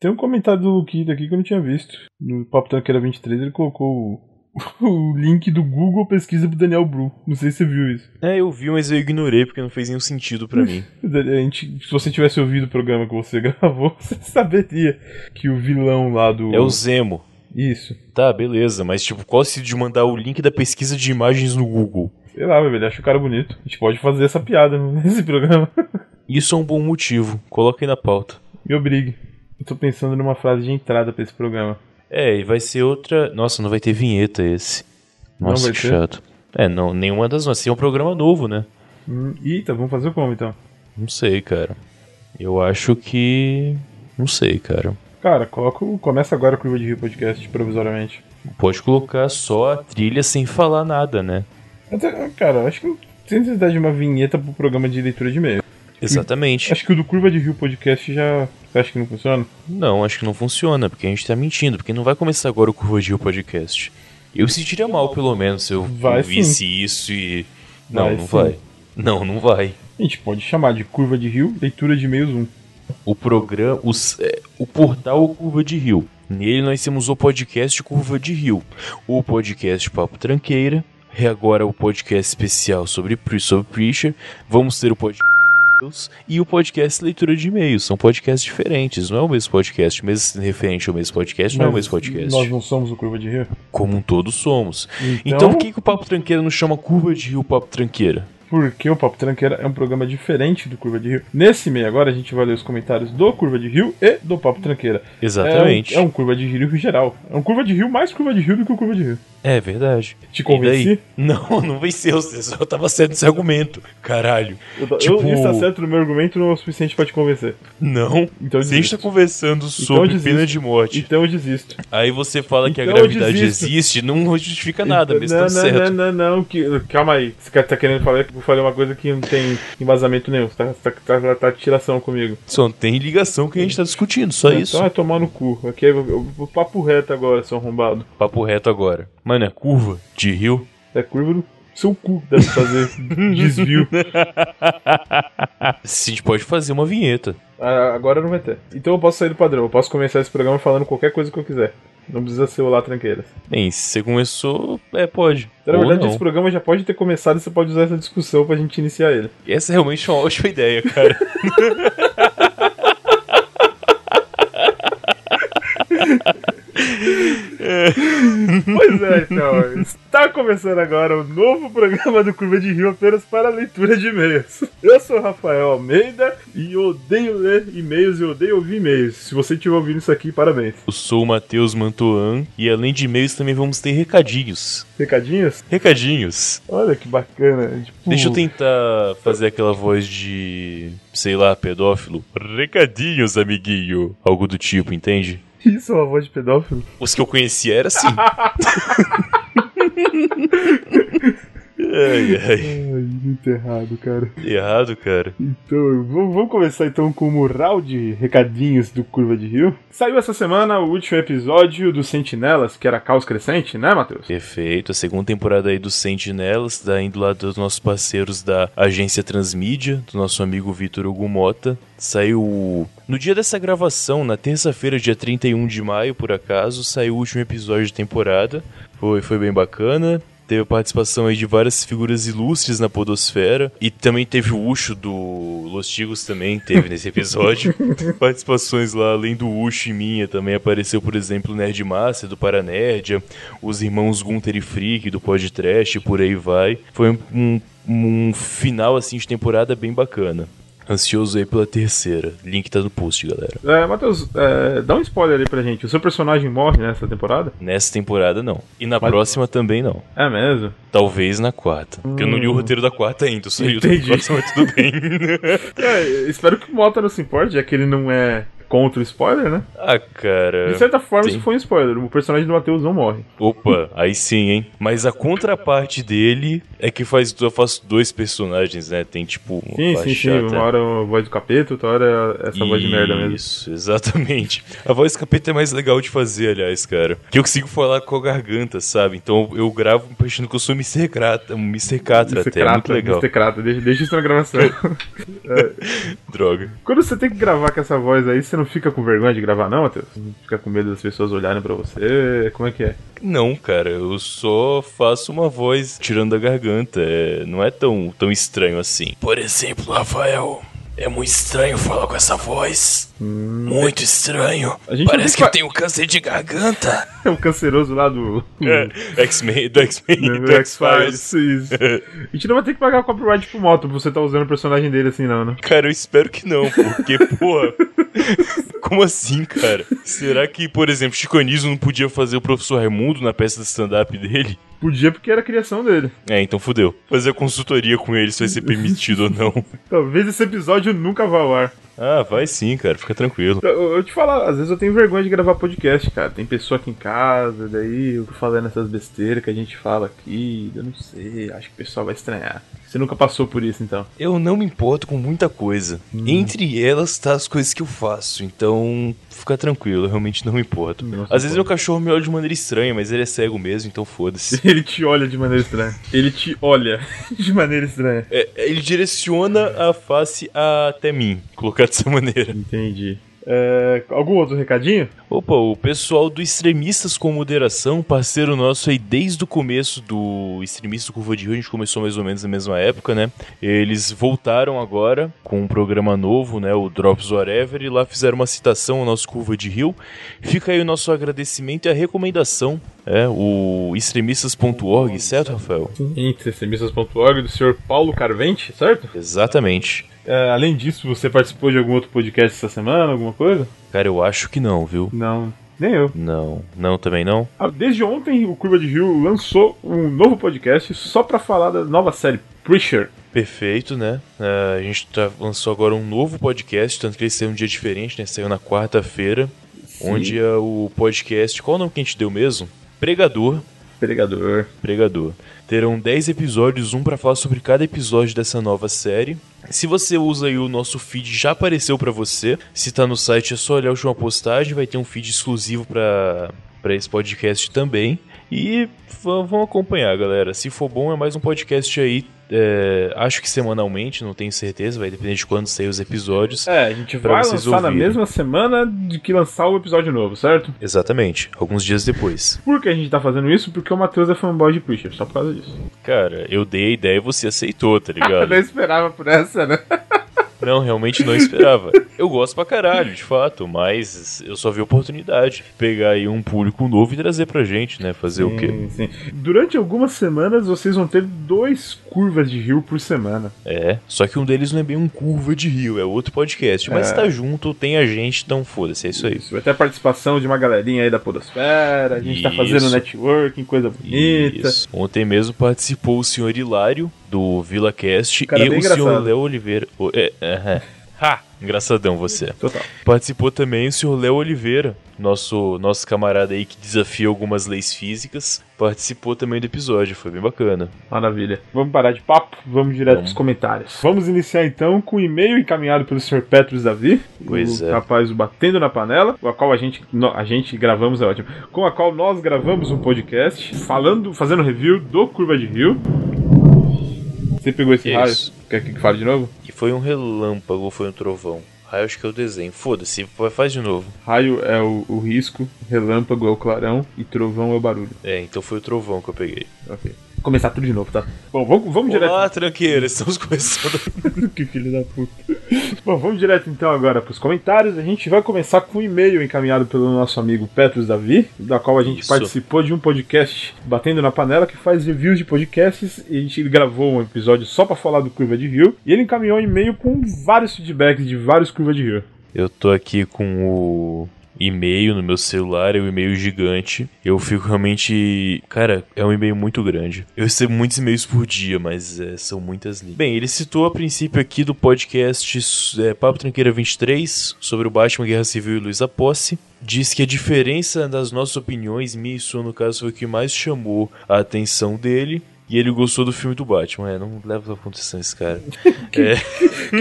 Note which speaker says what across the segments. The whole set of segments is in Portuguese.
Speaker 1: Tem um comentário do Luquito aqui que eu não tinha visto. No Papo Tanqueira 23 ele colocou o, o link do Google pesquisa pro Daniel Bru. Não sei se você viu isso.
Speaker 2: É, eu vi, mas eu ignorei porque não fez nenhum sentido pra mim.
Speaker 1: A gente, se você tivesse ouvido o programa que você gravou, você saberia que o vilão lá do.
Speaker 2: É o Zemo.
Speaker 1: Isso.
Speaker 2: Tá, beleza, mas tipo, qual o sentido de mandar o link da pesquisa de imagens no Google?
Speaker 1: Sei lá, velho, acho o cara bonito. A gente pode fazer essa piada nesse programa.
Speaker 2: Isso é um bom motivo. Coloca aí na pauta.
Speaker 1: Me obrigue. Eu tô pensando numa frase de entrada pra esse programa.
Speaker 2: É, e vai ser outra. Nossa, não vai ter vinheta esse.
Speaker 1: Não
Speaker 2: Nossa,
Speaker 1: vai
Speaker 2: que
Speaker 1: ter?
Speaker 2: chato. É, não, nenhuma das nossas. Esse é um programa novo, né?
Speaker 1: Hum, eita, vamos fazer como então?
Speaker 2: Não sei, cara. Eu acho que. Não sei, cara.
Speaker 1: Cara, coloca o- começa agora o Curva de Rio Podcast provisoriamente.
Speaker 2: Pode colocar só a trilha sem falar nada, né?
Speaker 1: Até, é, cara, acho que não tem necessidade de uma vinheta pro programa de leitura de e-mail.
Speaker 2: Exatamente.
Speaker 1: Acho que o do Curva de Rio Podcast já. Você acha que não funciona?
Speaker 2: Não, acho que não funciona, porque a gente tá mentindo, porque não vai começar agora o Curva de Rio Podcast. Eu sentiria mal, pelo menos, se eu
Speaker 1: Vai sim.
Speaker 2: visse isso e. Não,
Speaker 1: Vai
Speaker 2: não
Speaker 1: sim.
Speaker 2: vai. Não, não vai.
Speaker 1: A gente pode chamar de Curva de Rio Leitura de E-mails 1.
Speaker 2: o programa, o, s- é, o portal Curva de Rio. Nele nós temos o podcast Curva de Rio, o podcast Papo Tranqueira, e agora o podcast especial sobre, Pre- sobre Preacher, vamos ter o podcast e o podcast Leitura de E-mails. São podcasts diferentes, não é o mesmo podcast, mesmo referente ao mesmo podcast, não é o
Speaker 1: Mas
Speaker 2: mesmo podcast.
Speaker 1: Nós não somos o Curva de Rio?
Speaker 2: Como um todo somos.
Speaker 1: Então-
Speaker 2: Então, por que, que o Papo Tranqueira não chama Curva de Rio Papo Tranqueira?
Speaker 1: Porque o Papo Tranqueira é um programa diferente do Curva de Rio. Nesse meio agora a gente vai ler os comentários do Curva de Rio e do Papo Tranqueira.
Speaker 2: Exatamente.
Speaker 1: É um, é um Curva de Rio geral. É um Curva de Rio mais Curva de Rio do que o Curva de Rio.
Speaker 2: É verdade.
Speaker 1: um- Te convenci?
Speaker 2: E daí? Não, não venceu. Você só tava certo nesse argumento. Caralho.
Speaker 1: Eu, eu-
Speaker 2: Tipo-
Speaker 1: isso tá certo no meu argumento não é o suficiente pra te convencer.
Speaker 2: Não.
Speaker 1: Então eu
Speaker 2: você está
Speaker 1: desisto.
Speaker 2: conversando sobre
Speaker 1: desisto.
Speaker 2: pena de morte.
Speaker 1: Então eu desisto.
Speaker 2: Aí você fala que a
Speaker 1: Então eu
Speaker 2: gravidade
Speaker 1: desisto.
Speaker 2: existe, não justifica nada,
Speaker 1: Então-
Speaker 2: mesmo
Speaker 1: não,
Speaker 2: tá certo.
Speaker 1: não, não, não, não, que- calma aí. Esse cara tá querendo falar que eu falei uma coisa que não tem embasamento nenhum. Você tá, tá, tá, tá de tiração comigo.
Speaker 2: Só não tem ligação com o que a gente tá discutindo, só isso.
Speaker 1: Então é tomar no cu. Aqui é o o papo reto agora, seu arrombado.
Speaker 2: Papo reto agora. Mano, é curva de rio.
Speaker 1: É curva do seu cu deve fazer desvio.
Speaker 2: Sim, a gente pode fazer uma vinheta.
Speaker 1: Ah, Agora não vai ter. Então eu posso sair do padrão. Eu posso começar esse programa falando qualquer coisa que eu quiser. Não precisa ser o Lá Tranqueiras. Então,
Speaker 2: Bem, se você começou, é, pode.
Speaker 1: Na
Speaker 2: Ou
Speaker 1: verdade,
Speaker 2: não.
Speaker 1: esse programa já pode ter começado e você pode usar essa discussão pra gente iniciar ele.
Speaker 2: Essa é realmente uma ótima ideia, cara.
Speaker 1: Pois é, então. Está começando agora o novo programa do Curva de Rio apenas para leitura de e-mails. Eu sou o Rafael Almeida e odeio ler e-mails e odeio ouvir e-mails. Se você estiver ouvindo isso aqui, parabéns.
Speaker 2: Eu sou o Matheus Mantoan e além de e-mails também vamos ter recadinhos.
Speaker 1: Recadinhos?
Speaker 2: Recadinhos.
Speaker 1: Olha que bacana. Tipo,
Speaker 2: Deixa eu tentar fazer aquela voz de, sei lá, pedófilo. Recadinhos, amiguinho. Algo do tipo, entende?
Speaker 1: Isso é uma voz de pedófilo.
Speaker 2: Os que eu conhecia era assim. ai,
Speaker 1: Ai, muito errado, cara.
Speaker 2: ai. Errado, cara.
Speaker 1: Então, vamos vamos começar então com o mural de recadinhos do Curva de Rio. Saiu essa semana o último episódio do Sentinelas, que era Caos Crescente, né, Matheus?
Speaker 2: Perfeito. A segunda temporada aí do Sentinelas, da indo lá dos nossos parceiros da agência Transmídia, do nosso amigo Vitor Ogumota. Saiu. No dia dessa gravação, na terça-feira, dia 31 de maio, por acaso, saiu o último episódio da temporada. Foi, foi bem bacana. Teve a participação aí de várias figuras ilustres na Podosfera. E também teve o Ucho do Los Tigos também, teve nesse episódio. Participações lá, além do Ucho e minha, também apareceu, por exemplo, o Nerd Massa do Paranerdia, os irmãos Gunter e Freak do Podtrash, e por aí vai. Foi um, um- um final, assim, de temporada bem bacana. Ansioso aí pela terceira. Link tá no post, galera.
Speaker 1: É, Matheus, é, dá um spoiler aí pra gente. O seu personagem morre nessa temporada?
Speaker 2: Nessa temporada, não. E na
Speaker 1: Mas-
Speaker 2: próxima também, não.
Speaker 1: É mesmo?
Speaker 2: Talvez na quarta. Porque eu não li o roteiro da quarta ainda, eu só li o da
Speaker 1: Hum. Entendi.
Speaker 2: próxima, mas tudo bem.
Speaker 1: É, espero que o Mota não se importe, já que ele não é contra o spoiler, né?
Speaker 2: ah, cara.
Speaker 1: De certa forma,
Speaker 2: sim.
Speaker 1: isso foi um spoiler. O personagem do Matheus não morre.
Speaker 2: Opa, aí sim, hein? Mas a contraparte dele é que faz, eu faço dois personagens, né? Tem tipo. uma
Speaker 1: Sim,
Speaker 2: parte
Speaker 1: sim, sim.
Speaker 2: chata.
Speaker 1: Uma hora a voz do capeta, outra hora essa voz de merda mesmo.
Speaker 2: Isso, exatamente. A voz capeta é mais legal de fazer, aliás, cara. Que eu consigo falar com a garganta, sabe? Então eu gravo pensando que eu sou Mr. Crata, um Mr. Catra até. é muito legal.
Speaker 1: Mr. Crata, deixa, deixa isso na gravação.
Speaker 2: Droga.
Speaker 1: Quando você tem que gravar com essa voz aí, você não fica com vergonha de gravar, não, Matheus? Não fica com medo das pessoas olharem pra você? Como é que é?
Speaker 2: Não, cara, eu só faço uma voz tirando a garganta. É, não é tão, tão estranho assim. Por exemplo, Rafael. É muito estranho falar com essa voz. Muito estranho.
Speaker 1: Hum. A gente não tem
Speaker 2: Parece que
Speaker 1: que
Speaker 2: eu tenho câncer de garganta.
Speaker 1: É o canceroso lá do.
Speaker 2: É, X-Men, do X-Men,
Speaker 1: do
Speaker 2: do X-Files.
Speaker 1: X-Files, isso. A gente não vai ter que pagar copyright pro moto pra você tá usando o personagem dele assim, não, né?
Speaker 2: Cara, eu espero que não, porque, porra. Como assim, cara? Será que, por exemplo, Chico Anísio não podia fazer o professor Raimundo na peça de stand-up dele?
Speaker 1: Podia porque era a criação dele.
Speaker 2: É, então fudeu. Fazer a consultoria com ele se vai ser permitido ou não.
Speaker 1: Talvez esse episódio nunca vá ao ar. Então,
Speaker 2: Ah, vai sim, cara, fica tranquilo.
Speaker 1: Eu, eu te falar, às vezes eu tenho vergonha de gravar podcast, cara. Tem pessoa aqui em casa, daí eu tô falando essas besteiras que a gente fala aqui. Eu não sei, acho que o pessoal vai estranhar. Você nunca passou por isso, então.
Speaker 2: Eu não me importo com muita coisa. Entre elas tá as coisas que eu faço, então fica tranquilo, eu realmente não me importo.
Speaker 1: Não se
Speaker 2: Às vezes
Speaker 1: importa.
Speaker 2: meu cachorro me olha de maneira estranha, mas ele é cego mesmo, então foda-se.
Speaker 1: Ele te olha de maneira estranha. Ele te olha de maneira estranha.
Speaker 2: É, ele direciona a face até mim, colocar dessa maneira.
Speaker 1: Entendi. É, algum outro recadinho?
Speaker 2: Opa, o pessoal do Extremistas com Moderação, parceiro nosso aí desde o começo do Extremistas do Curva de Rio, a gente começou mais ou menos na mesma época, né? Eles voltaram agora com um programa novo, né? O Drops Whatever, e lá fizeram uma citação ao nosso Curva de Rio. Fica aí o nosso agradecimento e a recomendação, é, o extremistas.org, certo, Rafael?
Speaker 1: Em ccsmissas.org do senhor Paulo Carvente, certo?
Speaker 2: Exatamente.
Speaker 1: É, além disso, você participou de algum outro podcast essa semana, alguma coisa?
Speaker 2: Cara, eu acho que não, viu?
Speaker 1: Não, nem eu.
Speaker 2: Não, não também não.
Speaker 1: Ah, Desde ontem, o Curva de Rio lançou um novo podcast só pra falar da nova série Preacher.
Speaker 2: Perfeito, né? Ah, a gente tá- lançou agora um novo podcast, tanto que ele saiu um dia diferente, né? Saiu na quarta-feira, onde é o podcast. Qual o nome que a gente deu mesmo? Pregador.
Speaker 1: Pregador.
Speaker 2: Pregador. Terão 10 episódios, um pra falar sobre cada episódio dessa nova série. Se você usa aí o nosso feed, já apareceu pra você. Se tá no site, é só olhar a última postagem, vai ter um feed exclusivo pra para esse podcast também. E v- vão acompanhar, galera. Se for bom, é mais um podcast aí. é, acho que semanalmente, não tenho certeza, vai depender de quando sair os episódios.
Speaker 1: É, a gente
Speaker 2: Pra
Speaker 1: vai
Speaker 2: vocês
Speaker 1: lançar na
Speaker 2: ouvirem.
Speaker 1: mesma semana de que lançar o episódio novo, certo?
Speaker 2: Exatamente, alguns dias depois.
Speaker 1: Por que a gente tá fazendo isso? Porque o Matheus é fanboy de Preacher, só por causa disso.
Speaker 2: Cara, eu dei a ideia e você aceitou, tá
Speaker 1: Eu
Speaker 2: ligado?
Speaker 1: não esperava por essa, né?
Speaker 2: Não, realmente não esperava. Eu gosto pra caralho, de fato, mas eu só vi a oportunidade. Pegar aí um público novo e trazer pra gente, né? Fazer o quê?
Speaker 1: Sim, sim. Durante algumas semanas vocês vão ter dois curvas de rio por semana.
Speaker 2: É. Só que um deles não é bem um curva de rio, é outro podcast. Mas
Speaker 1: É.
Speaker 2: tá junto, tem a gente, então foda-se, é isso aí.
Speaker 1: Isso, vai ter a participação de uma galerinha aí da Podosfera, a gente tá fazendo
Speaker 2: Isso.
Speaker 1: networking, coisa bonita.
Speaker 2: Isso. Ontem mesmo participou o senhor Hilário do VilaCast
Speaker 1: Cara
Speaker 2: e
Speaker 1: bem
Speaker 2: o senhor
Speaker 1: engraçado.
Speaker 2: Léo Oliveira. O- é, aham. Ha! Engraçadão você.
Speaker 1: Total.
Speaker 2: Participou também o senhor Léo Oliveira, nosso, nosso camarada aí que desafia algumas leis físicas. Participou também do episódio, foi bem bacana.
Speaker 1: Maravilha. Vamos parar de papo, vamos direto
Speaker 2: Vamos.
Speaker 1: pros comentários. Vamos iniciar então com o e-mail encaminhado pelo Sr. Petros Davi,
Speaker 2: Pois
Speaker 1: o
Speaker 2: é.
Speaker 1: rapaz o Batendo na Panela, com a qual a gente, no- a gente gravamos, é ótimo, com a qual nós gravamos um podcast falando, fazendo review do Curva de Rio. Você pegou esse
Speaker 2: Isso.
Speaker 1: raio? Quer que fale de novo?
Speaker 2: E foi um relâmpago, ou foi um trovão. Raio, acho que é o desenho. Foda-se, vai- faz de novo.
Speaker 1: Raio é o, o risco, relâmpago é o clarão e trovão é o barulho.
Speaker 2: É, então foi o trovão que eu peguei.
Speaker 1: Ok. Vou Começar tudo de novo, tá? Bom, vamos, vamos direto.
Speaker 2: Olá, tranqueira, estamos começando.
Speaker 1: que filho da puta. Bom, vamos direto então agora pros comentários. A gente vai começar com um e-mail encaminhado pelo nosso amigo Petros Davi, da qual a gente
Speaker 2: Isso.
Speaker 1: participou de um podcast Batendo na Panela, que faz reviews de podcasts. E a gente gravou um episódio só pra falar do Curva de Rio. E ele encaminhou um e-mail com vários feedbacks de vários Curva de Rio.
Speaker 2: Eu tô aqui com o e-mail no meu celular, é um e-mail gigante. Eu fico realmente. Cara, é um e-mail muito grande. Eu recebo muitos e-mails por dia, mas é, são muitas linhas. Bem, ele citou a princípio aqui do podcast é, Papo Tranqueira 23 sobre o Batman Guerra Civil e Luiz Posse. Diz que a diferença das nossas opiniões, minha e sua, no caso, foi o que mais chamou a atenção dele. E ele gostou do filme do Batman. É, não leva pra condição esse cara. É,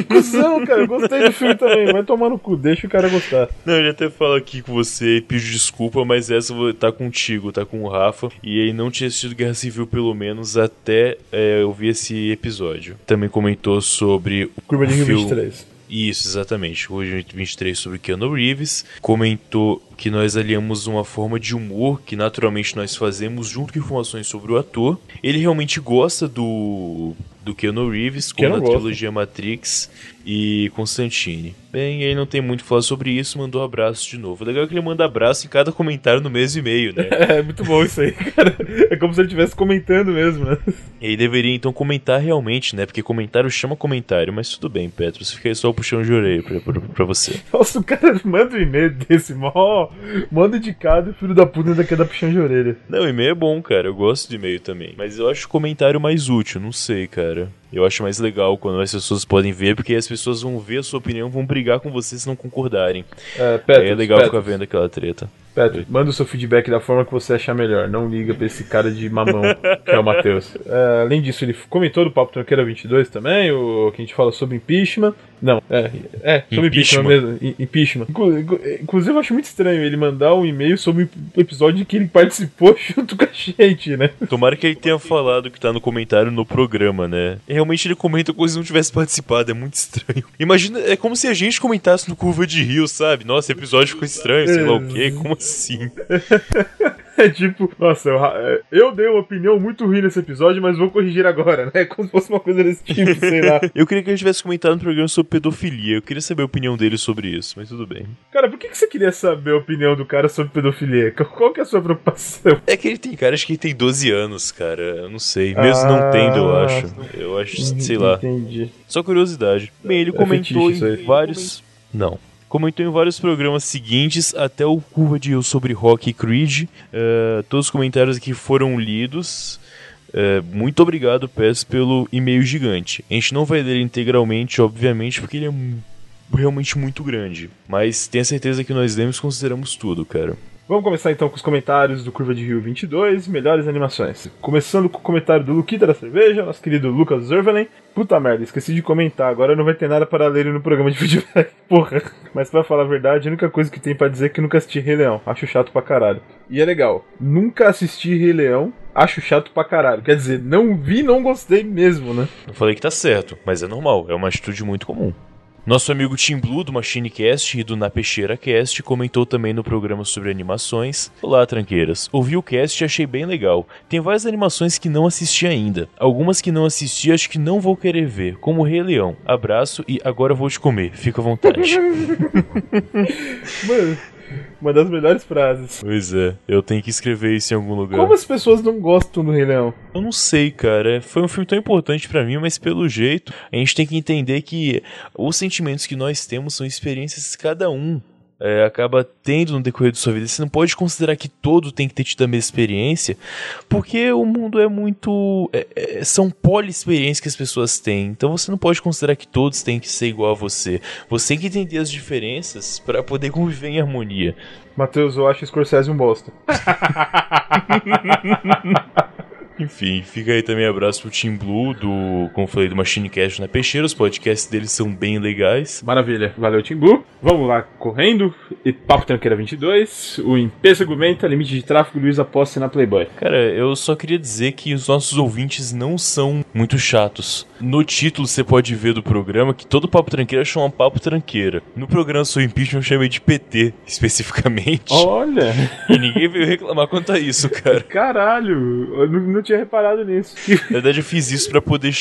Speaker 1: Cusão, cara, eu gostei do filme também. Vai tomar no cu, deixa o cara gostar.
Speaker 2: Não, ele até fala aqui com você e pede desculpa, mas essa eu vou- tá contigo, tá com o Rafa. E ele não tinha assistido Guerra Civil, pelo menos, até é, eu vi esse episódio. Também comentou sobre o
Speaker 1: Curva de Rio
Speaker 2: filme-
Speaker 1: 23.
Speaker 2: Isso, exatamente. Hoje, 23, sobre Keanu Reeves, comentou que nós aliamos uma forma de humor que naturalmente nós fazemos junto com informações sobre o ator. Ele realmente gosta do do Keanu Reeves, como
Speaker 1: Keanu
Speaker 2: na
Speaker 1: gosta.
Speaker 2: trilogia Matrix e Constantine. Bem, ele não tem muito o que falar sobre isso, mandou um abraço de novo. O Legal é que ele manda abraço em cada comentário no mesmo e-mail, né?
Speaker 1: É muito bom isso aí, cara. É como se ele estivesse comentando mesmo, né?
Speaker 2: E aí deveria então comentar realmente, né? Porque comentário chama comentário, mas tudo bem, Petros. Fica aí só puxando de orelha pra, pra, pra você.
Speaker 1: Nossa, o cara manda um e-mail desse, mó, mó dedicado, filho da puta ainda quer dar puxão de orelha.
Speaker 2: Não, e-mail é bom, cara. Eu gosto de e-mail também. Mas eu acho comentário mais útil, não sei, cara. Eu acho mais legal quando as pessoas podem ver, porque as pessoas vão ver a sua opinião, vão brigar com você se não concordarem.
Speaker 1: É, Petros,
Speaker 2: Aí é legal
Speaker 1: Petros,
Speaker 2: ficar vendo aquela treta.
Speaker 1: Petros, manda o seu feedback da forma que você achar melhor. Não liga pra esse cara de mamão, que é o Matheus. É, além disso, ele comentou do Papo Tranqueira 22 também, o que a gente fala sobre impeachment. Não, é, é sobre impeachment,
Speaker 2: Impeachment.
Speaker 1: mesmo. i- Impeachment. Inclu- inclu- Inclusive, eu acho muito estranho ele mandar um e-mail sobre o episódio em que ele participou junto com a gente, né?
Speaker 2: Tomara que ele tenha falado que tá no comentário no programa, né? E Realmente ele comenta coisas que não tivesse participado, é muito estranho. Imagina, é como se a gente comentasse no Curva de Rio, sabe? Nossa, episódio ficou estranho, sei lá o quê, como assim?
Speaker 1: É tipo, nossa, eu, ra- é, eu dei uma opinião muito ruim nesse episódio, mas vou corrigir agora, né? Como se fosse uma coisa desse tipo, sei lá.
Speaker 2: Eu queria que ele tivesse comentado no programa sobre pedofilia, eu queria saber a opinião dele sobre isso, mas tudo bem.
Speaker 1: Cara, por que, que você queria saber a opinião do cara sobre pedofilia? Qual- Qual que é a sua preocupação?
Speaker 2: É que ele tem, cara, acho que ele tem 12 anos, cara, eu não sei. Mesmo não
Speaker 1: Ah.
Speaker 2: tendo, eu acho. Eu acho, sei lá.
Speaker 1: Entendi.
Speaker 2: Só curiosidade. Bem, ele
Speaker 1: É
Speaker 2: comentou
Speaker 1: fetiche isso
Speaker 2: em
Speaker 1: aí.
Speaker 2: vários. Não. Comentou em vários programas seguintes, até o Curva de Eu sobre Rock e Creed. Eh, todos os comentários aqui foram lidos. Eh, muito obrigado, Pes, pelo e-mail gigante. A gente não vai ler integralmente, obviamente, porque ele é mu- realmente muito grande. Mas tenha certeza que nós lemos e consideramos tudo, cara.
Speaker 1: Vamos começar então com os comentários do Curva de Rio 22, melhores animações. Começando com o comentário do Luquita da Cerveja, nosso querido Lucas Zervelen. Puta merda, esqueci de comentar, agora não vai ter nada para ler no programa de feedback, porra. Mas pra falar a verdade, a única coisa que tem pra dizer é que nunca assisti Rei Leão, acho chato pra caralho. E é legal, nunca assisti Rei Leão, acho chato pra caralho. Quer dizer, não vi, não gostei mesmo, né?
Speaker 2: Não falei que tá certo, mas é normal, é uma atitude muito comum. Nosso amigo Tim Blue do MachineCast e do Na Peixeira Cast comentou também no programa sobre animações. Olá, tranqueiras. Ouvi o cast e achei bem legal. Tem várias animações que não assisti ainda. Algumas que não assisti acho que não vou querer ver, como Rei Leão. Abraço e agora vou te comer. Fica à vontade.
Speaker 1: Mano, uma das melhores frases.
Speaker 2: pois é, eu tenho que escrever isso em algum lugar.
Speaker 1: Como as pessoas não gostam do Rei Leão?
Speaker 2: Eu não sei, cara. Foi um filme tão importante pra mim, mas pelo jeito, a gente tem que entender que os sentimentos que nós temos são experiências que cada um é, acaba tendo no decorrer da sua vida. Você não pode considerar que todo tem que ter tido a mesma experiência, porque o mundo é muito. é- é- são poli-experiências que as pessoas têm. Então você não pode considerar que todos têm que ser igual a você. Você tem que entender as diferenças pra poder conviver em harmonia.
Speaker 1: Matheus, eu acho Scorsese um bosta.
Speaker 2: Enfim, fica aí também abraço pro Team Blue, do, como eu falei, do Machine Cash na Peixeira. Os podcasts deles são bem legais.
Speaker 1: Maravilha, valeu Timbu. Vamos lá, correndo. E Papo Tranqueira 22. O Empeço aumenta, limite de tráfego, Luiz aposta na Playboy.
Speaker 2: Cara, eu só queria dizer que os nossos ouvintes não são muito chatos. No título você pode ver do programa que todo papo tranqueira chama papo tranqueira. No programa Sou Impeachment eu chamei de PT, especificamente.
Speaker 1: Olha,
Speaker 2: E ninguém veio reclamar quanto a isso, cara.
Speaker 1: caralho, eu não, não tinha reparado nisso.
Speaker 2: Na verdade, eu fiz isso pra poder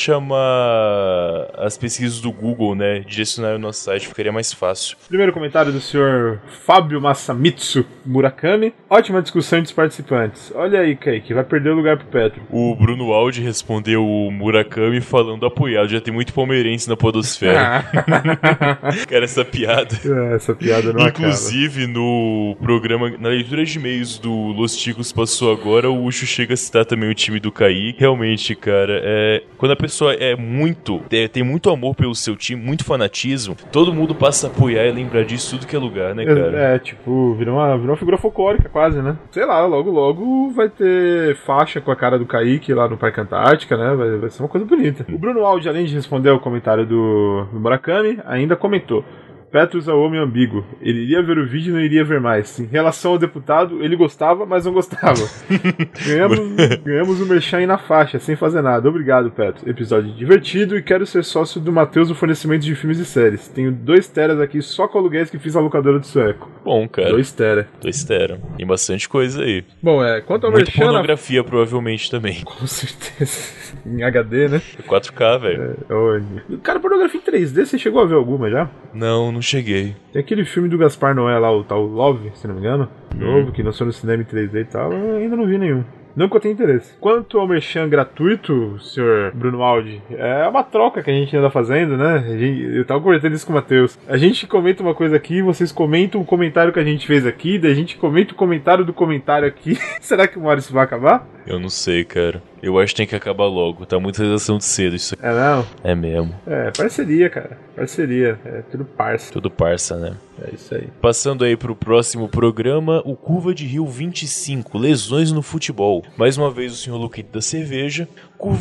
Speaker 2: chamar as pesquisas do Google, né? Direcionar o nosso site, ficaria mais fácil.
Speaker 1: Primeiro comentário do senhor Fábio Masamitsu Murakami. Ótima discussão entre os participantes. Olha aí, Kaique, vai perder o lugar pro Petro.
Speaker 2: O Bruno Aldi respondeu o Murakami falando apoiado. Já tem muito palmeirense na podosfera. Cara, essa piada.
Speaker 1: É, Essa piada não acaba.
Speaker 2: Inclusive, no programa, na leitura de e-mails do Los Ticos passou agora, o Ucho chega a citar também o time do Kaique. Realmente, cara, é, quando a pessoa é muito, é, tem muito amor pelo seu time, muito fanatismo, todo mundo passa a apoiar e lembrar disso tudo que é lugar, né, cara?
Speaker 1: É, tipo, virou uma, virou uma figura folclórica quase, né? Sei lá, logo logo vai ter faixa com a cara do Kaique lá no Parque Antártica, né? Vai, vai ser uma coisa bonita. O Bruno Aldi, além de responder ao comentário do, do Murakami, ainda comentou. Petrus é o homem ambíguo. Ele iria ver o vídeo e não iria ver mais. Em relação ao deputado, ele gostava, mas não gostava. ganhamos, ganhamos o Merchan aí na faixa, sem fazer nada. Obrigado, Petrus. Episódio divertido e quero ser sócio do Matheus no fornecimento de filmes e séries. Tenho dois teras aqui só com aluguéis que fiz na locadora do sueco.
Speaker 2: Bom, cara.
Speaker 1: é. Dois tera.
Speaker 2: Dois tera. Tem bastante coisa aí.
Speaker 1: Bom, é, quanto ao
Speaker 2: Muita
Speaker 1: Merchan... na-
Speaker 2: pornografia, provavelmente, também.
Speaker 1: Com certeza. em HD, né?
Speaker 2: 4K, velho.
Speaker 1: É, olha. Cara, pornografia em 3D, você chegou a ver alguma já?
Speaker 2: Não, não cheguei.
Speaker 1: Tem aquele filme do Gaspar Noé lá, o tal Love, se não me engano. Novo, que lançou no cinema em 3D e tal. Eu ainda não vi nenhum. Não que eu tenha interesse. Quanto ao merchan gratuito, senhor Bruno Aldi, é uma troca que a gente anda fazendo, né? A gente- eu tava conversando isso com o Matheus. A gente comenta uma coisa aqui, vocês comentam um comentário que a gente fez aqui, daí a gente comenta o comentário do comentário aqui. Será que uma hora isso vai acabar?
Speaker 2: Eu não sei, cara. Eu acho que tem que acabar logo. Tá muita redação de cedo isso aqui.
Speaker 1: É, não.
Speaker 2: É mesmo.
Speaker 1: É, parceria, cara. Parceria. É tudo parça.
Speaker 2: Tudo parça, né?
Speaker 1: É isso aí.
Speaker 2: Passando aí pro próximo programa, o Curva de Rio 25, lesões no futebol. Mais uma vez o senhor Luquito da cerveja.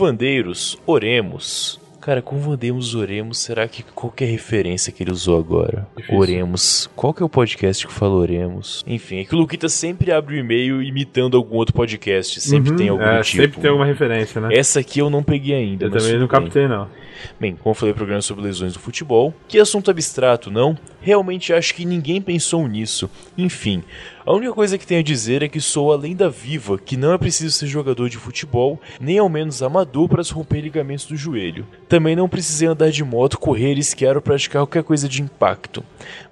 Speaker 2: Curvandeiros, oremos. Cara, curvandeiros, oremos, será que qual que é a referência que ele usou agora?
Speaker 1: Difícil.
Speaker 2: Oremos. Qual que é o podcast que fala oremos? Enfim, é que o Luquita sempre abre o e-mail imitando algum outro podcast. Sempre
Speaker 1: Uhum,
Speaker 2: tem algum
Speaker 1: é,
Speaker 2: tipo.
Speaker 1: Sempre tem alguma referência, né?
Speaker 2: Essa aqui eu não peguei ainda.
Speaker 1: Eu
Speaker 2: mas
Speaker 1: também
Speaker 2: tudo
Speaker 1: não
Speaker 2: bem.
Speaker 1: captei, não.
Speaker 2: Bem, como eu falei, programa sobre lesões do futebol. Que assunto abstrato, não? Realmente acho que ninguém pensou nisso. Enfim, a única coisa que tenho a dizer é que sou a lenda viva, que não é preciso ser jogador de futebol, nem ao menos amador para se romper ligamentos do joelho. Também não precisei andar de moto, correr, esquiar ou praticar qualquer coisa de impacto.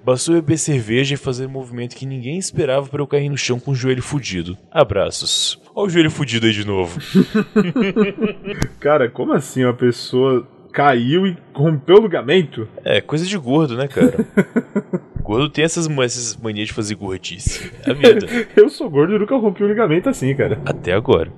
Speaker 2: Bastou beber cerveja e fazer um movimento que ninguém esperava para eu cair no chão com o joelho fudido. Abraços. Olha o joelho fudido aí de novo.
Speaker 1: Cara, como assim uma pessoa caiu e rompeu o ligamento?
Speaker 2: É, coisa de gordo, né, cara? gordo tem essas, ma- essas manias de fazer gordice. É a vida.
Speaker 1: Eu sou gordo e nunca rompi o ligamento assim, cara.
Speaker 2: Até agora.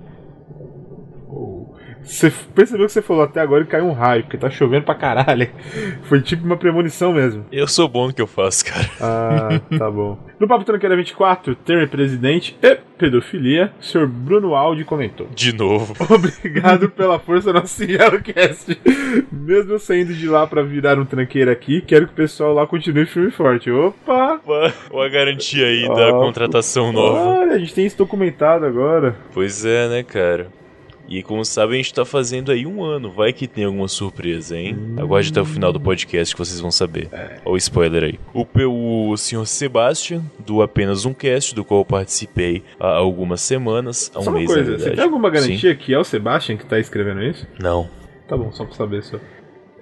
Speaker 1: Você f- percebeu que você falou até agora e caiu um raio, porque tá chovendo pra caralho. Foi tipo uma premonição mesmo.
Speaker 2: Eu sou bom no que eu faço, cara.
Speaker 1: Ah, tá bom. No Papo Tranqueira 24, termo presidente e pedofilia, o senhor Bruno Aldi comentou.
Speaker 2: De novo.
Speaker 1: Obrigado pela força nosso singelo cast. Mesmo eu saindo de lá pra virar um tranqueira aqui, quero que o pessoal lá continue firme e forte. Opa!
Speaker 2: Uma- Uma garantia aí da
Speaker 1: Ah,
Speaker 2: contratação nova.
Speaker 1: Olha, a gente tem isso documentado agora.
Speaker 2: Pois é, né, cara? E como sabem, a gente tá fazendo aí um ano. Vai que tem alguma surpresa, hein? Aguarde até o final do podcast que vocês vão saber.
Speaker 1: É.
Speaker 2: Olha o spoiler aí. O, pe- o senhor Sebastian, do Apenas Um Cast, do qual eu participei há algumas semanas. Há um
Speaker 1: só uma
Speaker 2: mês, na
Speaker 1: coisa,
Speaker 2: verdade.
Speaker 1: você tem alguma
Speaker 2: Sim.
Speaker 1: garantia que é o Sebastian que tá escrevendo isso?
Speaker 2: Não.
Speaker 1: Tá bom, só pra saber só.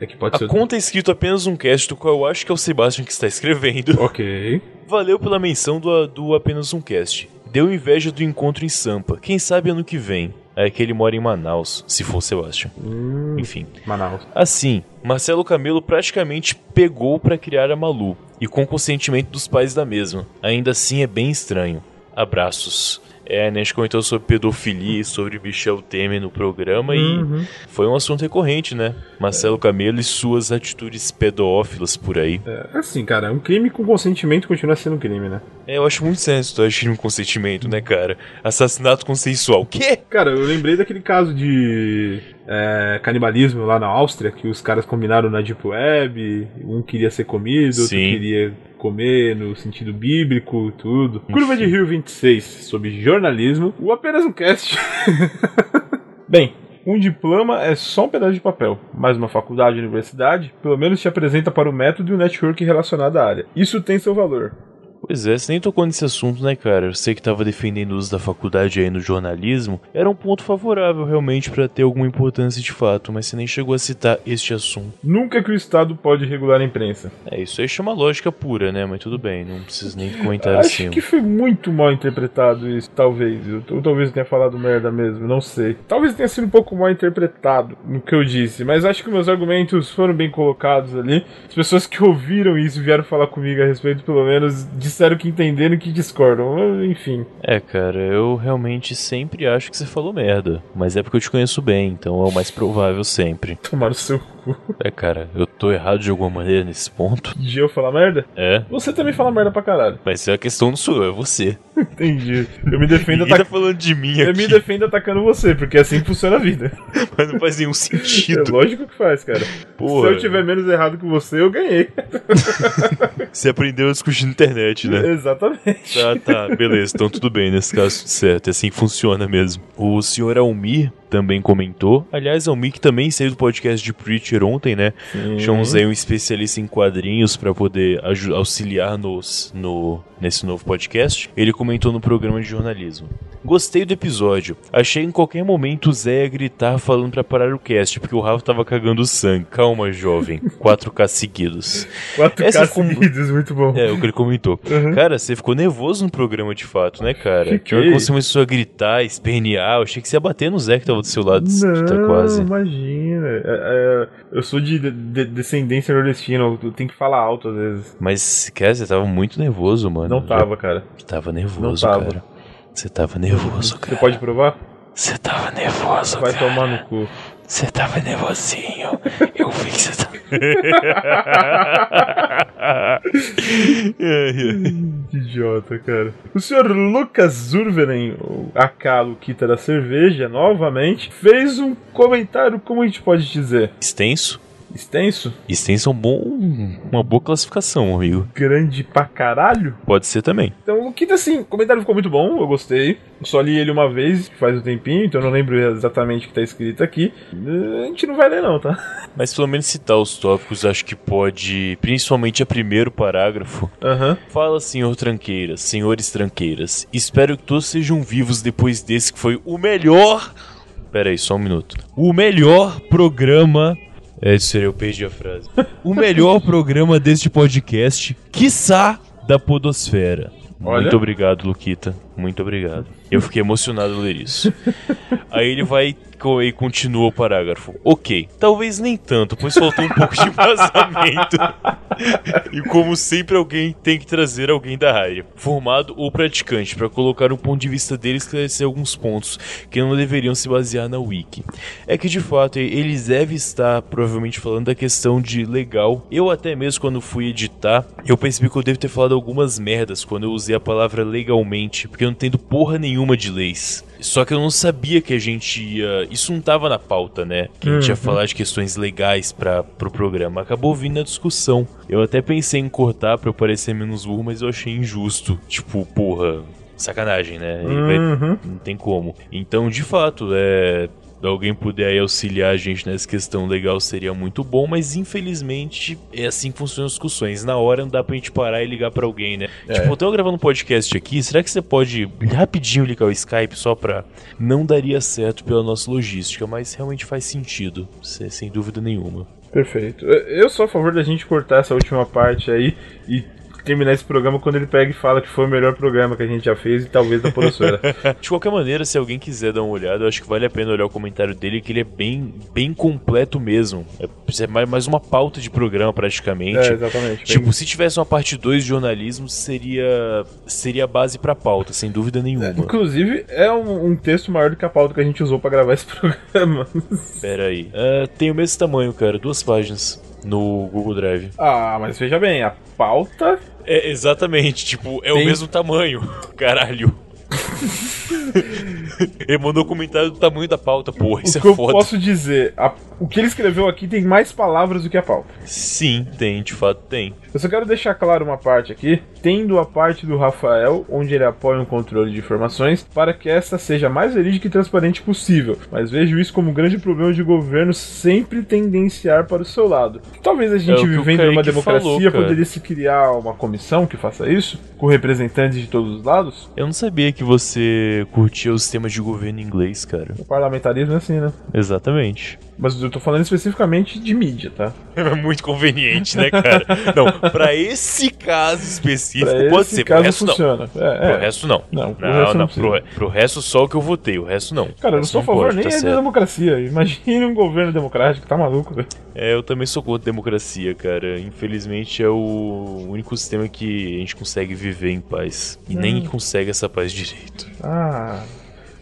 Speaker 1: É que pode
Speaker 2: A
Speaker 1: ser.
Speaker 2: conta é escrito apenas um cast, do qual eu acho que é o Sebastian que está escrevendo.
Speaker 1: Ok.
Speaker 2: Valeu pela menção do, do apenas um cast. Deu inveja do encontro em Sampa. Quem sabe ano que vem. É que ele mora em Manaus, se for Sebastian.
Speaker 1: Hum,
Speaker 2: Enfim.
Speaker 1: Manaus.
Speaker 2: Assim, Marcelo Camelo praticamente pegou pra criar a Malu, e com consentimento dos pais da mesma. Ainda assim é bem estranho. Abraços. É, a Nesh comentou sobre pedofilia e sobre Michel Temer no programa
Speaker 1: Uhum.
Speaker 2: e foi um assunto recorrente, né? Marcelo Camelo e suas atitudes pedófilas por aí.
Speaker 1: É, assim, cara, um crime com consentimento continua sendo um crime, né?
Speaker 2: É, eu acho muito sério isso, eu acho que um consentimento, né, cara? Assassinato consensual. Quê?
Speaker 1: Cara, eu lembrei daquele caso de é, canibalismo lá na Áustria, que os caras combinaram na Deep Web, um queria ser comido, outro
Speaker 2: Sim.
Speaker 1: queria comer no sentido bíblico, tudo. Curva de Rio 26, sobre jornalismo, ou apenas um cast. Bem, um diploma é só um pedaço de papel, mas uma faculdade ou universidade, pelo menos te apresenta para o método e o network relacionado à área. Isso tem seu valor.
Speaker 2: Pois é, você nem tocou nesse assunto, né, cara? Eu sei que tava defendendo o uso da faculdade aí no jornalismo. Era um ponto favorável, realmente, pra ter alguma importância de fato, mas você nem chegou a citar este assunto.
Speaker 1: Nunca que o Estado pode regular a imprensa.
Speaker 2: É, isso aí chama lógica pura, né? Mas tudo bem, não preciso nem comentar
Speaker 1: Acho
Speaker 2: assim.
Speaker 1: que foi muito mal interpretado isso, talvez. Eu, ou talvez eu tenha falado merda mesmo, não sei. Talvez tenha sido um pouco mal interpretado no que eu disse, mas acho que meus argumentos foram bem colocados ali. As pessoas que ouviram isso e vieram falar comigo a respeito, pelo menos, disseram que entenderam e que discordam. Enfim.
Speaker 2: É, cara, eu realmente sempre acho que você falou merda. Mas é porque eu te conheço bem, então é o mais provável sempre.
Speaker 1: Tomaram seu cu. cu.
Speaker 2: É, cara, eu tô errado de alguma maneira nesse ponto.
Speaker 1: De eu falar merda?
Speaker 2: É.
Speaker 1: Você também fala merda pra caralho.
Speaker 2: Mas a questão não sou eu, é você.
Speaker 1: Entendi. Eu me defendo
Speaker 2: Ninguém tá
Speaker 1: atacando.
Speaker 2: falando de mim
Speaker 1: Eu me
Speaker 2: aqui,
Speaker 1: defendo atacando você, porque assim funciona a vida.
Speaker 2: mas não faz nenhum
Speaker 1: É
Speaker 2: sentido.
Speaker 1: lógico que faz, cara. tá-
Speaker 2: Porra.
Speaker 1: Se eu tiver menos errado que você, eu ganhei.
Speaker 2: Você aprendeu a discutir na internet, né?
Speaker 1: Exatamente.
Speaker 2: Tá, tá, beleza. Então tudo bem, nesse caso, tudo certo. É assim que funciona mesmo. O senhor Almir também comentou. Aliás, Almir que também saiu do podcast de Preacher ontem, né? Chamamos
Speaker 1: Uhum.
Speaker 2: aí um especialista em quadrinhos para poder aju- auxiliar nos no, nesse novo podcast. Ele comentou no programa de jornalismo. Gostei do episódio. Achei em qualquer momento o Zé ia gritar falando pra parar o cast, porque o Rafa tava cagando sangue. Calma, jovem. 4K seguidos.
Speaker 1: 4K
Speaker 2: Essa com-
Speaker 1: seguidos, muito bom.
Speaker 2: É, o que ele comentou. Cara, você ficou nervoso no programa de fato, né, cara?
Speaker 1: Uhum. Fiquei.
Speaker 2: Tinha hora que você começou a gritar, espernear. Eu achei que você ia bater no Zé que tava do seu lado. tá
Speaker 1: Não,
Speaker 2: quase.
Speaker 1: imagina. É, é, eu sou de, de- descendência nordestina, eu tenho que falar alto às vezes.
Speaker 2: Mas, cara, você tava muito nervoso, mano.
Speaker 1: Não tava, cara.
Speaker 2: Você tava nervoso,
Speaker 1: Não tava.
Speaker 2: cara. Você tava nervoso,
Speaker 1: Você
Speaker 2: cara.
Speaker 1: pode provar?
Speaker 2: Você tava nervoso,
Speaker 1: Vai
Speaker 2: cara.
Speaker 1: tomar no cu.
Speaker 2: Você tava nervosinho. Eu vi que você tava.
Speaker 1: Que idiota, cara. O senhor Lucas Zurveren, o AK Luquita da cerveja, novamente, fez um comentário, como a gente pode dizer?
Speaker 2: Extenso?
Speaker 1: Extenso?
Speaker 2: Extenso é um bom, uma boa classificação, amigo.
Speaker 1: Grande pra caralho?
Speaker 2: Pode ser também.
Speaker 1: Então, Luquita, assim, o comentário ficou muito bom, eu gostei. Eu só li ele uma vez, faz um tempinho, então eu não lembro exatamente o que tá escrito aqui. Eh, A gente não vai ler, não, tá?
Speaker 2: Mas pelo menos citar os tópicos, acho que pode, principalmente o primeiro parágrafo.
Speaker 1: Aham.
Speaker 2: Fala, senhor tranqueiras, senhores tranqueiras. Espero que todos sejam vivos depois desse que foi o melhor. Pera aí, só um minuto. O melhor programa. É, isso seria, eu perdi a frase. O melhor programa deste podcast, quiçá, da Podosfera.
Speaker 1: Olha.
Speaker 2: Muito obrigado, Luquita. Muito obrigado. Eu fiquei emocionado ao ler isso. Aí ele vai co- e continua o parágrafo. Ok, talvez nem tanto, pois faltou um pouco de vazamento. E como sempre, alguém tem que trazer alguém da área, formado ou praticante, para colocar um ponto de vista dele e esclarecer alguns pontos que não deveriam se basear na wiki. É que de fato, ele deve estar provavelmente falando da questão de legal. Eu até mesmo quando fui editar, eu percebi que eu devo ter falado algumas merdas quando eu usei a palavra legalmente, porque eu não entendo porra nenhuma de leis. Só que eu não sabia que a gente ia. Isso não tava na pauta, né? Que a gente ia
Speaker 1: Uhum.
Speaker 2: falar de questões legais para pro programa. Acabou vindo a discussão. Eu até pensei em cortar pra eu parecer menos burro, mas eu achei injusto. Tipo, porra, sacanagem, né? Ele vai
Speaker 1: Uhum.
Speaker 2: não tem como. Então, de fato, é. Alguém puder aí auxiliar a gente nessa questão legal seria muito bom, mas infelizmente é assim que funcionam as discussões. Na hora não dá pra gente parar e ligar pra alguém, né?
Speaker 1: É.
Speaker 2: Tipo, eu tô gravando um podcast aqui, será que você pode rapidinho ligar o Skype só pra. Não daria certo pela nossa logística, mas realmente faz sentido, se- sem dúvida nenhuma.
Speaker 1: Perfeito. Eh, Eu eu sou a favor da gente cortar essa última parte aí e terminar esse programa quando ele pega e fala que foi o melhor programa que a gente já fez e talvez da Podosfera.
Speaker 2: De qualquer maneira, se alguém quiser dar uma olhada, eu acho que vale a pena olhar o comentário dele, que ele é bem, bem completo mesmo. É, é mais mais uma pauta de programa praticamente.
Speaker 1: é, exatamente.
Speaker 2: Tipo, se tivesse uma parte 2 de jornalismo, seria seria a base pra pauta, sem dúvida nenhuma.
Speaker 1: Inclusive, é um, um texto maior do que a pauta que a gente usou pra gravar esse programa.
Speaker 2: Pera aí. Ah, tem o mesmo tamanho, cara, duas páginas no Google Drive.
Speaker 1: ah, mas veja bem, a pauta.
Speaker 2: É, exatamente, tipo, é o
Speaker 1: Tem-
Speaker 2: mesmo tamanho. Caralho. Ele mandou comentário do tamanho da pauta, porra, isso
Speaker 1: o
Speaker 2: é
Speaker 1: que eu
Speaker 2: foda.
Speaker 1: posso dizer? a- o que ele escreveu aqui tem mais palavras do que a pauta.
Speaker 2: Sim, tem, de fato tem.
Speaker 1: Eu só quero deixar claro uma parte aqui, tendo a parte do Rafael, onde ele apoia um controle de informações, para que esta seja mais verídica e transparente possível. Mas vejo isso como um grande problema de governo sempre tendenciar para o seu lado. Talvez a
Speaker 2: É o
Speaker 1: gente,
Speaker 2: que o
Speaker 1: vivendo numa
Speaker 2: Kaique
Speaker 1: democracia,
Speaker 2: falou, cara.
Speaker 1: poderia se criar uma comissão que faça isso, com representantes de todos os lados.
Speaker 2: Eu não sabia que você curtia o sistema de governo inglês, cara.
Speaker 1: O parlamentarismo é assim, né?
Speaker 2: Exatamente.
Speaker 1: Mas eu tô falando especificamente de mídia, tá?
Speaker 2: É muito conveniente, né, cara? Não, pra esse caso específico
Speaker 1: Pra
Speaker 2: pode
Speaker 1: esse
Speaker 2: ser, pro
Speaker 1: caso
Speaker 2: resto não.
Speaker 1: funciona. É,
Speaker 2: Pro
Speaker 1: é.
Speaker 2: resto não.
Speaker 1: Não, pro
Speaker 2: Não,
Speaker 1: resto não
Speaker 2: não,
Speaker 1: precisa.
Speaker 2: pro, re- pro resto só o que eu votei, o resto não.
Speaker 1: Cara, eu não
Speaker 2: Isso
Speaker 1: sou a favor
Speaker 2: pode,
Speaker 1: nem
Speaker 2: tá
Speaker 1: da
Speaker 2: certo.
Speaker 1: democracia. Imagine um governo democrático, tá maluco, velho.
Speaker 2: É, eu também sou contra a democracia, cara. Infelizmente é o único sistema
Speaker 1: Hum.
Speaker 2: que a gente consegue viver em paz. E nem consegue essa paz direito.
Speaker 1: Ah.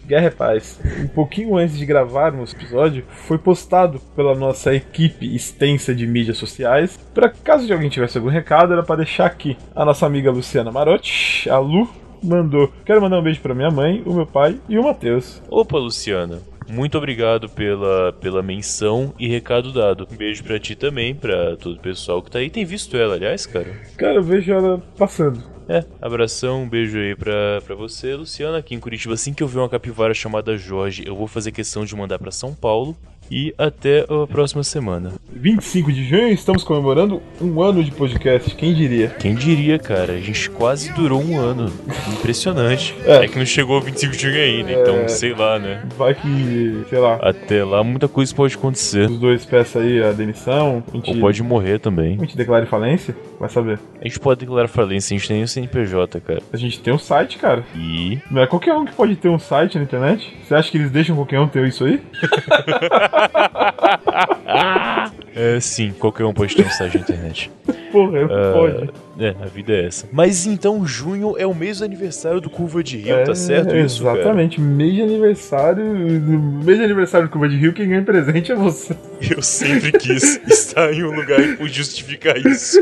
Speaker 1: Guerra é Paz, um pouquinho antes de gravarmos o episódio, foi postado pela nossa equipe extensa de mídias sociais. Para caso de alguém tivesse algum recado, era para deixar aqui a nossa amiga Luciana Marotti, a Lu, mandou: Quero mandar um beijo para minha mãe, o meu pai e o Matheus.
Speaker 2: Opa, Luciana. Muito obrigado pela, pela menção e recado dado. Um beijo pra ti também, pra todo o pessoal que tá aí. Tem visto ela, aliás, cara?
Speaker 1: Cara, eu vejo ela passando.
Speaker 2: É, abração, um beijo aí pra, pra você, Luciana, aqui em Curitiba. Assim que eu ver uma capivara chamada Jorge, eu vou fazer questão de mandar pra São Paulo. E até a próxima semana.
Speaker 1: 25 de junho, estamos comemorando um ano de podcast, quem diria?
Speaker 2: Quem diria, cara? A gente quase durou um ano. Impressionante.
Speaker 1: É.
Speaker 2: É, que não chegou ao 25 de junho ainda, então sei lá, né?
Speaker 1: Vai que, sei lá,
Speaker 2: Até lá muita coisa pode acontecer.
Speaker 1: os dois peçam aí a demissão, a gente,
Speaker 2: Ou pode morrer também.
Speaker 1: a gente declara falência, vai saber.
Speaker 2: A gente pode declarar falência, a gente tem o CNPJ, cara.
Speaker 1: A gente tem um site, cara.
Speaker 2: E.
Speaker 1: Não é qualquer um que pode ter um site na internet? Você acha que eles deixam qualquer um ter isso aí?
Speaker 2: É, sim, qualquer um pode ter um site na internet.
Speaker 1: Porra, não pode.
Speaker 2: É, a vida é essa. Mas então junho é o mês do aniversário do Curva de Rio, tá certo isso, cara?
Speaker 1: É, Exatamente, mês de aniversário. Mês de aniversário do Cuba de Rio, quem ganha presente é você.
Speaker 2: Eu sempre quis estar em um lugar e pude justificar isso.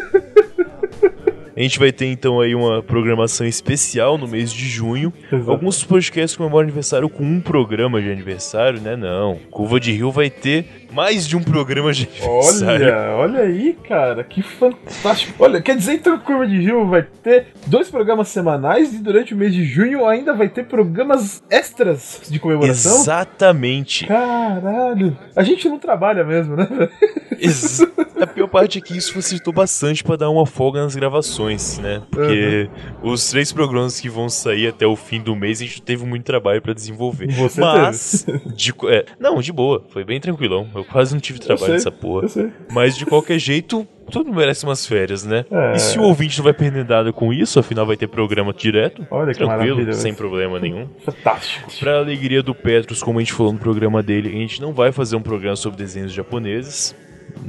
Speaker 2: A gente vai ter então aí uma programação especial no mês de junho.
Speaker 1: Exato.
Speaker 2: Alguns podcasts comemoram aniversário com um programa de aniversário, né? Não. Curva de Rio vai ter mais de um programa de aniversário.
Speaker 1: Olha, olha aí, cara, que fantástico. Olha, quer dizer então que o Curva de Rio vai ter dois programas semanais e durante o mês de junho ainda vai ter programas extras de comemoração?
Speaker 2: Exatamente.
Speaker 1: Caralho, a gente não trabalha mesmo, né? velho?
Speaker 2: Ex- A pior parte é que isso facilitou bastante pra dar uma folga nas gravações, né? Porque os três programas que vão sair até o fim do mês, a gente teve muito trabalho pra desenvolver.
Speaker 1: Você
Speaker 2: Mas, de co- é, não, de boa, foi bem tranquilão. Eu quase não tive trabalho
Speaker 1: sei.
Speaker 2: nessa
Speaker 1: Eu
Speaker 2: porra.
Speaker 1: sei.
Speaker 2: Mas de qualquer jeito, todo mundo merece umas férias, né?
Speaker 1: É.
Speaker 2: E se o ouvinte não vai perder nada com isso, afinal vai ter programa direto.
Speaker 1: Olha que maravilha, né?
Speaker 2: Tranquilo,
Speaker 1: velho.
Speaker 2: sem problema nenhum.
Speaker 1: Fantástico.
Speaker 2: Pra alegria do Petros, como a gente falou no programa dele, a gente não vai fazer um programa sobre desenhos japoneses.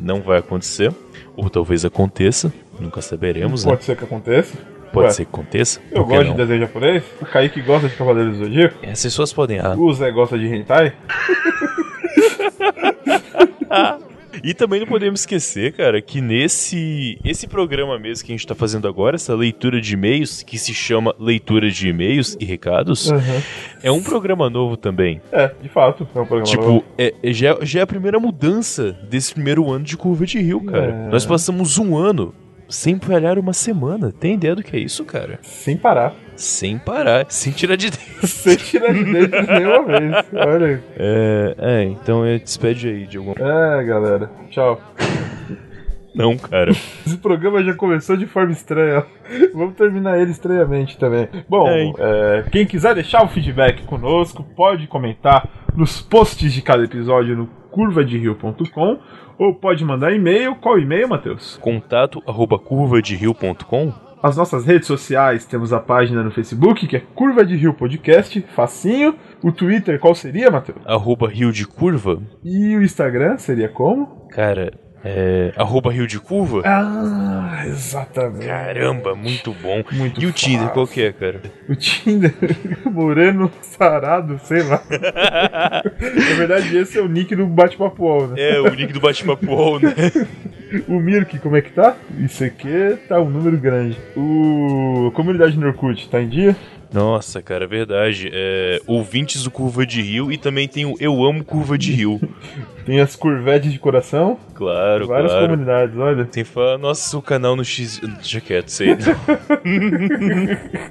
Speaker 2: Não vai acontecer. Ou talvez aconteça. Nunca saberemos, né? um.
Speaker 1: Pode ser que aconteça.
Speaker 2: Pode
Speaker 1: Ué,
Speaker 2: ser que aconteça.
Speaker 1: Eu
Speaker 2: por que
Speaker 1: gosto
Speaker 2: não?
Speaker 1: de desenho japonês. O Kaique gosta de Cavaleiros do Zodíaco.
Speaker 2: As pessoas podem. Ah,
Speaker 1: O Zé gosta de hentai.
Speaker 2: E também não podemos esquecer, cara, que nesse esse programa mesmo que a gente tá fazendo agora, essa leitura de e-mails, que se chama Leitura de E-mails e Recados, é um programa novo também.
Speaker 1: É, de fato, é um programa novo.
Speaker 2: Tipo, é, é- já, já é a primeira mudança desse primeiro ano de Curva de Rio, cara.
Speaker 1: É.
Speaker 2: Nós passamos um ano sem falhar uma semana. Tem ideia do que é isso, cara?
Speaker 1: Sem parar.
Speaker 2: Sem parar, sem tirar de dentro.
Speaker 1: Sem tirar de dentro nenhuma vez. Olha.
Speaker 2: É, é, então é, despede aí de alguma...
Speaker 1: É, galera. Tchau.
Speaker 2: Não, cara.
Speaker 1: Esse programa já começou de forma estranha. Vamos terminar ele estranhamente também. Bom,
Speaker 2: É, hein?
Speaker 1: é, quem quiser deixar o feedback conosco, pode comentar nos posts de cada episódio no curvaderio.com ou pode mandar e-mail. Qual e-mail, Matheus?
Speaker 2: Contato arroba curva de rio.com
Speaker 1: As nossas redes sociais, temos a página no Facebook, que é Curva de Rio Podcast, facinho. O Twitter, qual seria, Matheus?
Speaker 2: arroba rio de curva.
Speaker 1: E o Instagram seria como?
Speaker 2: Cara, é... Arroba rio de curva?
Speaker 1: Ah, exatamente.
Speaker 2: Caramba, muito bom.
Speaker 1: Muito
Speaker 2: E o Tinder,
Speaker 1: fácil.
Speaker 2: qual que é, cara?
Speaker 1: O Tinder, Moreno Sarado, sei lá. Na verdade, esse é o nick do bate-papo, UOL, né?
Speaker 2: É, o link do bate-papo, UOL, né?
Speaker 1: O Mirk, como é que tá? Isso aqui tá um número grande. O Comunidade Norkut, tá em dia?
Speaker 2: Nossa, cara, verdade. É, ouvintes do Curva de Rio e também tem o Eu Amo Curva de Rio.
Speaker 1: Tem as Curvetes de Coração,
Speaker 2: Claro,
Speaker 1: várias
Speaker 2: claro.
Speaker 1: comunidades, olha.
Speaker 2: Tem que falar, nossa, o canal no X. Deixa quieto, isso aí.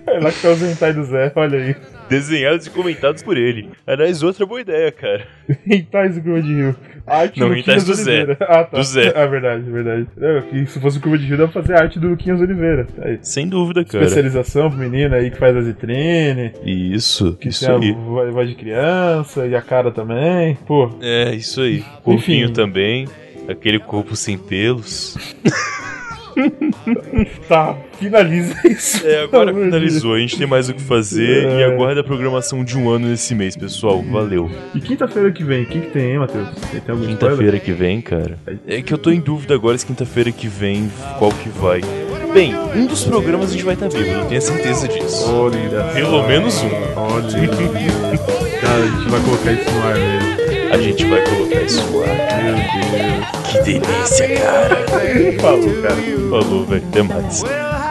Speaker 1: É lá que tá o Zentai do Zé, olha aí.
Speaker 2: Desenhados e comentados por ele. Aliás, outra boa ideia, cara.
Speaker 1: Rentais do Curva de Rio. Arte
Speaker 2: Não,
Speaker 1: Luquinhas
Speaker 2: Rentais do Zé.
Speaker 1: Oliveira. Ah, tá.
Speaker 2: Do Zé.
Speaker 1: Ah, verdade, verdade. Não, que se fosse o Curva de Rio, dá pra fazer arte do Luquinhas Oliveira. Tá aí.
Speaker 2: Sem dúvida, cara.
Speaker 1: Especialização pro menino aí que faz as vitrine.
Speaker 2: Isso,
Speaker 1: Que
Speaker 2: isso
Speaker 1: tem
Speaker 2: aí.
Speaker 1: a vo- voz de criança e a cara também. Pô,
Speaker 2: É, isso aí. Corpinho
Speaker 1: Enfim.
Speaker 2: também. Aquele corpo sem pelos.
Speaker 1: tá, finaliza isso.
Speaker 2: É, agora
Speaker 1: pelo amor de Deus.
Speaker 2: finalizou. A gente tem mais o que fazer
Speaker 1: É.
Speaker 2: e aguarda a programação de um ano nesse mês, pessoal. Valeu.
Speaker 1: E quinta-feira que vem, o que, que tem, hein, Matheus? Tem, tem algum spoiler?
Speaker 2: Quinta-feira que vem, cara. É que eu tô em dúvida agora se quinta-feira que vem qual que vai. Bem, um dos programas a gente vai estar vivo, eu tenho certeza disso.
Speaker 1: Olha.
Speaker 2: Pelo menos um.
Speaker 1: Olha. Cara, a gente vai colocar isso no ar mesmo.
Speaker 2: A gente vai colocar isso lá.
Speaker 1: Meu
Speaker 2: Que delícia, cara.
Speaker 1: Deus. Falou, cara.
Speaker 2: Falou, velho. Até mais.
Speaker 3: Well,